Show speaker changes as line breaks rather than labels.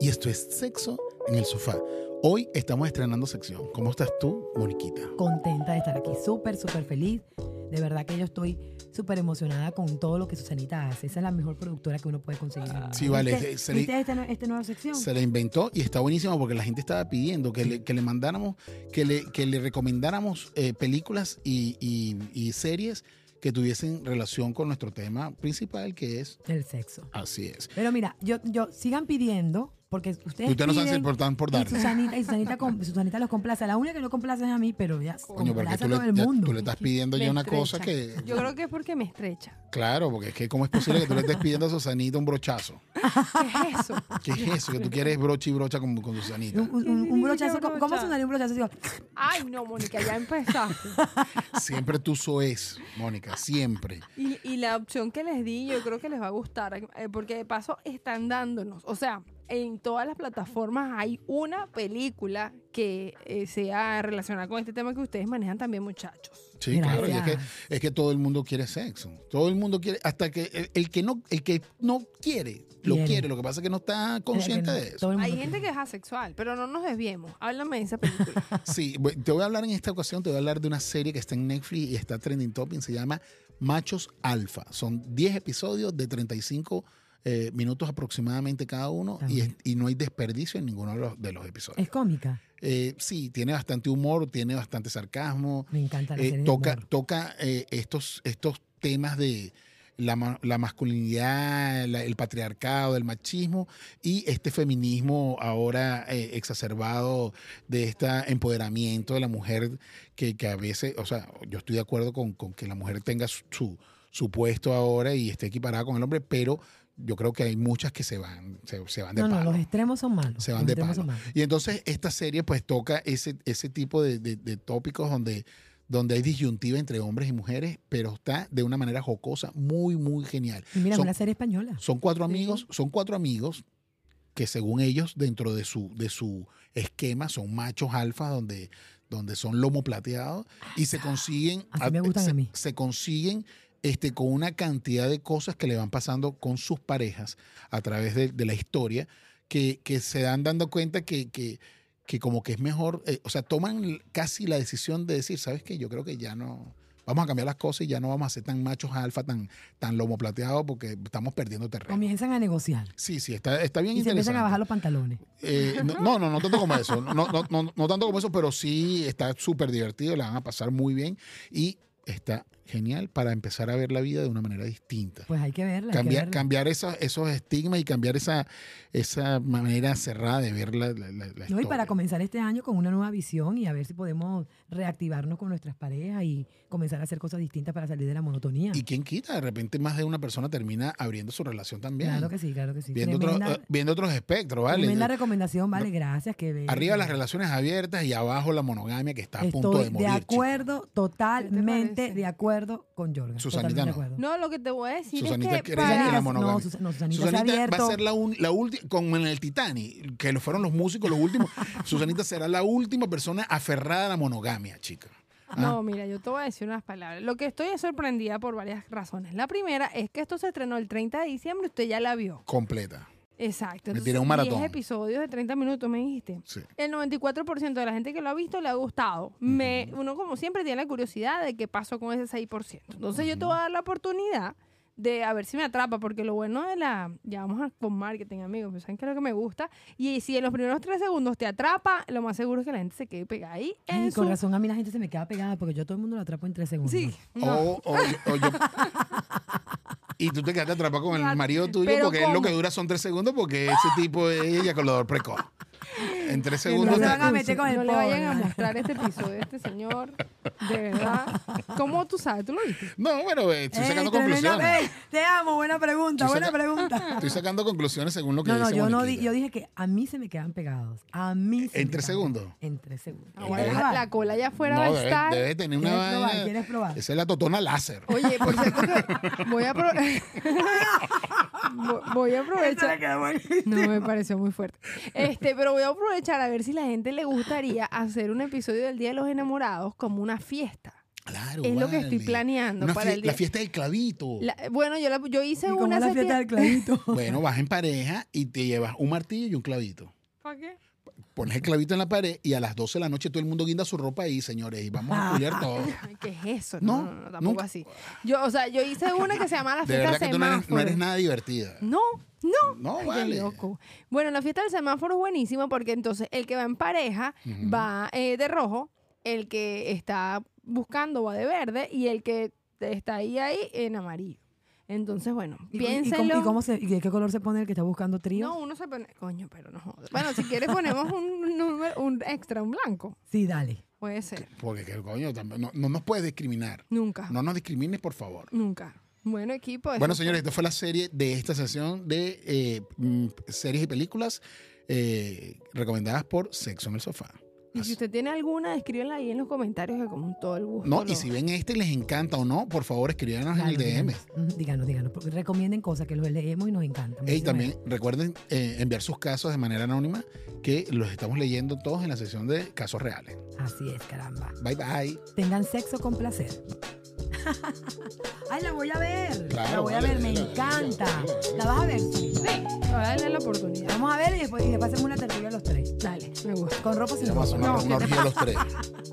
y esto es Sexo en el Sofá. Hoy estamos estrenando sección. ¿Cómo estás tú, Moniquita?
Contenta de estar aquí, súper, súper feliz. De verdad que yo estoy súper emocionada con todo lo que Susanita hace. Esa es la mejor productora que uno puede conseguir.
Sí, vale.
¿Viste,
Se le-
viste esta, nue- esta nueva sección?
Se la inventó y está buenísimo porque la gente estaba pidiendo que le, que le mandáramos, que le, que le recomendáramos eh, películas y, y- y series que tuviesen relación con nuestro tema principal, que es
Del sexo.
así es.
Pero mira, yo, yo sigan pidiendo, porque
Y
ustedes.
ustedes no saben si
piden,
por tan por
y
dar.
Susanita, y Susanita, com- Susanita los complace. La única que no complace es a mí, pero ya
Coño, porque
complace
tú
a todo
le,
el
ya-
mundo.
tú le estás pidiendo ya
Me
una cosa que.
estrecha. Yo creo que es porque me estrecha.
Claro, porque es que, ¿cómo es posible que tú le estés pidiendo a Susanita un brochazo?
¿Qué es eso?
¿Qué es eso? Que tú quieres brocha y brocha con, con Susanita.
Un, un- un- un brochazo. ¿Cómo, cómo sonaría un brochazo? Digo,
Ay, no, Mónica, ya empezaste.
Siempre tú soes, Mónica, siempre.
Y, y la opción que les di, yo creo que les va a gustar, eh, porque de paso están dándonos. O sea, en todas las plataformas hay una película que eh, sea relacionada con este tema que ustedes manejan también, muchachos.
Sí, claro, y es que,
Gracias.
es que todo el mundo quiere sexo. Todo el mundo quiere, hasta que el, el que no, el que no quiere, lo
Quiere.
quiere. Lo que pasa es que no está consciente
consciente
de eso.
Hay gente que es asexual, pero no nos desviemos. Háblame de esa película.
Sí, bu- te voy a hablar en esta ocasión, te voy a hablar de una serie que está en Netflix y está trending topping, se llama Machos Alfa. Son 10 episodios de 35 eh, minutos aproximadamente cada uno y, es-
También.
y no hay desperdicio en ninguno de los, de los episodios.
Es cómica.
Eh, sí, tiene bastante humor, tiene bastante sarcasmo,
Me encanta la
eh,
serie de
toca,
humor.
toca eh, estos, estos temas de la, ma- la masculinidad, la- el patriarcado, el machismo y este feminismo ahora eh, exacerbado de este empoderamiento de la mujer que, que a veces, o sea, yo estoy de acuerdo con, con que la mujer tenga su- su, su puesto ahora y esté equiparada con el hombre, pero yo creo que hay muchas que se van, se, se van de
No, no,
palo.
los extremos son malos.
Se van
los
de
extremos
palo.
son malos.
Y entonces esta serie pues toca ese, ese tipo de, de- de tópicos donde, donde hay disyuntiva entre hombres y mujeres, pero está de una manera jocosa, muy, muy genial.
Y mira,
Son-
una serie española.
Son cuatro amigos, son cuatro amigos que según ellos, dentro de su, de su esquema, son machos alfa, donde, donde son lomo plateado, y se consiguen,
Así me gustan
se,
Ah, a mí.
se consiguen este, con una cantidad de cosas que le van pasando con sus parejas a través de, de la historia, que, que se dan dando cuenta que, que, que como que es mejor, eh, o sea, toman casi la decisión de decir, ¿sabes qué? Yo creo que ya no... Vamos a cambiar las cosas y ya no vamos a ser tan machos alfa, tan, tan lomo plateado, porque estamos perdiendo terreno.
Comienzan a negociar.
Sí, sí, está, está bien
Y se empiezan
interesante.
a bajar los pantalones.
Eh, no, no, no, no tanto como eso. No, no, no, no tanto como eso, pero sí está súper divertido, la van a pasar muy bien y está genial para empezar a ver la vida de una manera distinta.
Pues hay que verla. hay que
Cambiar,
verla.
cambiar esos, esos estigmas y cambiar esa, esa manera cerrada de ver la, la, la- la
No, y para
historia.
comenzar este año con una nueva visión y a ver si podemos reactivarnos con nuestras parejas y comenzar a hacer cosas distintas para salir de la monotonía.
Y quién quita, de repente más de una persona termina abriendo su relación también.
Claro que sí, claro que sí.
viendo, otros-
tremenda,
eh, viendo otros espectros, ¿vale?
tremenda recomendación, vale, gracias. Que bello.
Arriba las relaciones abiertas y abajo la monogamia que está a
Estoy
punto de morir. chico.
acuerdo,
¿Qué te
totalmente
parece?
de acuerdo con Jordan.
Susanita
totalmente de
no.
acuerdo.
No, lo que te voy a decir
Susanita
es que
quiere decir que
para-
la monogamia.
No, Susa- no, Susanita, se ha
Susanita va
abierto.
a ser la, un- la última, como en el Titanic, que lo fueron los músicos los últimos. Susanita será la última persona aferrada a la monogamia, chica. Ah,
No, mira, yo te voy a decir unas palabras. Lo que estoy es sorprendida por varias razones. La primera es que esto se estrenó el 30 de diciembre, usted ya la vio.
Completa.
Exacto.
Me
Entonces,
tiré un maratón.
10 episodios de 30 minutos, me dijiste.
Sí.
El 94% de la gente que lo ha visto le ha gustado. Me, uno, como siempre, tiene la curiosidad de qué pasó con ese 6%. Entonces, yo te voy a dar la oportunidad de a ver si me atrapa, porque lo bueno de la. Ya vamos a, con marketing, amigos, pues saben que es lo que me gusta. Y si en los primeros 3 segundos te atrapa, lo más seguro es que la gente se quede pegada ahí. En
Ay,
su...
con razón a mí la gente se me queda pegada porque yo a todo el mundo lo atrapo en tres segundos.
Sí. no.
O- o- o yo- y tú te quedaste atrapado con el marido tuyo
Pero
porque él lo
¿cómo?
que dura son tres segundos porque ese tipo es eyaculador precoz. En tres
No
segundos.
se
está-
van a meter con el
no le
pobre,
vayan a
¿vale?
mostrar este episodio a este señor. De verdad. ¿Cómo tú sabes? ¿Tú lo viste?
No, bueno, eh, estoy
Ey,
sacando
tremenda-
conclusiones.
ey, te amo, buena pregunta,
Estoy
buena
saca-
pregunta.
Estoy sacando conclusiones según lo que
No, no,
dice
yo no di-
Moniquita.
yo dije que a mí se me quedan pegados. A mí se
¿En
me
tres
quedan-
segundos?
En tres segundos.
Ahora
Debe-
Ah, la, la cola allá afuera
Eh, No,
va a
debe,
estar.
debe tener una
¿Quieres probar?
vaina-
¿Quieres probar?
Esa es la totona láser.
Oye, por cierto que voy a, apro- Vo- voy a aprovechar. No, me pareció muy fuerte. Este, pero voy a aprovechar a ver si la gente le gustaría hacer un episodio del Día de los Enamorados como una fiesta.
Claro,
Es lo que estoy
vale.
planeando
Una
para
fie-
el
La
día-
fiesta del clavito.
La- bueno, yo, la- yo hice
Y como
una
la
hace
fiesta del
tiempo-
clavito.
Bueno, vas en pareja y te llevas un martillo y un clavito.
¿Para qué?
Pones el clavito en la pared y a las 12 de la noche todo el mundo guinda su ropa ahí, señores, y vamos
Ah.
a culiar todo.
Ay, ¿Qué es eso?
No,
No, no, no, tampoco
nunca.
así. Yo, o sea, yo hice una que se llama la
De
fiesta
verdad que tú no eres, no
semáforo.
eres nada divertida.
No, no.
No,
Ay, qué
vale.
loco. Bueno, la fiesta del semáforo es buenísima porque entonces el que va en pareja
Ujú.
va eh, de rojo, el que está buscando va de verde y el que está ahí ahí en amarillo. Entonces, bueno,
¿Y, y- y
piénsenlo.
cómo- y cómo se- y de qué color se pone el que está buscando trío?
no, uno se pone, coño, pero no jodas. Bueno, si quieres ponemos un número, un extra, un blanco.
Sí, dale.
Puede ser.
Porque, que, coño, tamp- no, no nos puedes discriminar.
Nunca.
No nos discrimines, por favor.
Nunca. Bueno, equipo. eso
Bueno,
fue.
señores, esta fue la serie de esta sesión de eh, mm, series y películas eh, recomendadas por Sexo en el Sofá.
Y si
Así-
usted tiene alguna, escríbanla ahí en los comentarios que con todo el gusto.
No,
lo-
y si ven este y les encanta o no, por favor, escríbanos en el
Claro,
DM.
díganos. Ujú, Díganos, díganos. porque Recomienden cosas que los leemos y nos encantan.
Y
Muchísimas
también recuerden eh, enviar sus casos de manera anónima, que los estamos leyendo todos en la sesión de casos reales.
gracias. Así es, caramba.
Bye bye.
Tengan sexo con placer. Ay, la voy a ver. la voy
vale,
a ver, me
vela,
encanta.
vela, vela.
La vas a ver, Solita?
Ahora dale la oportunidad.
Vamos a ver y después, y después hacemos una tertulia los tres.
Dale, me gusta.
Con ropa sin
Vamos a
ropa.
una,
No,
una
¿qué te
orgía los tres.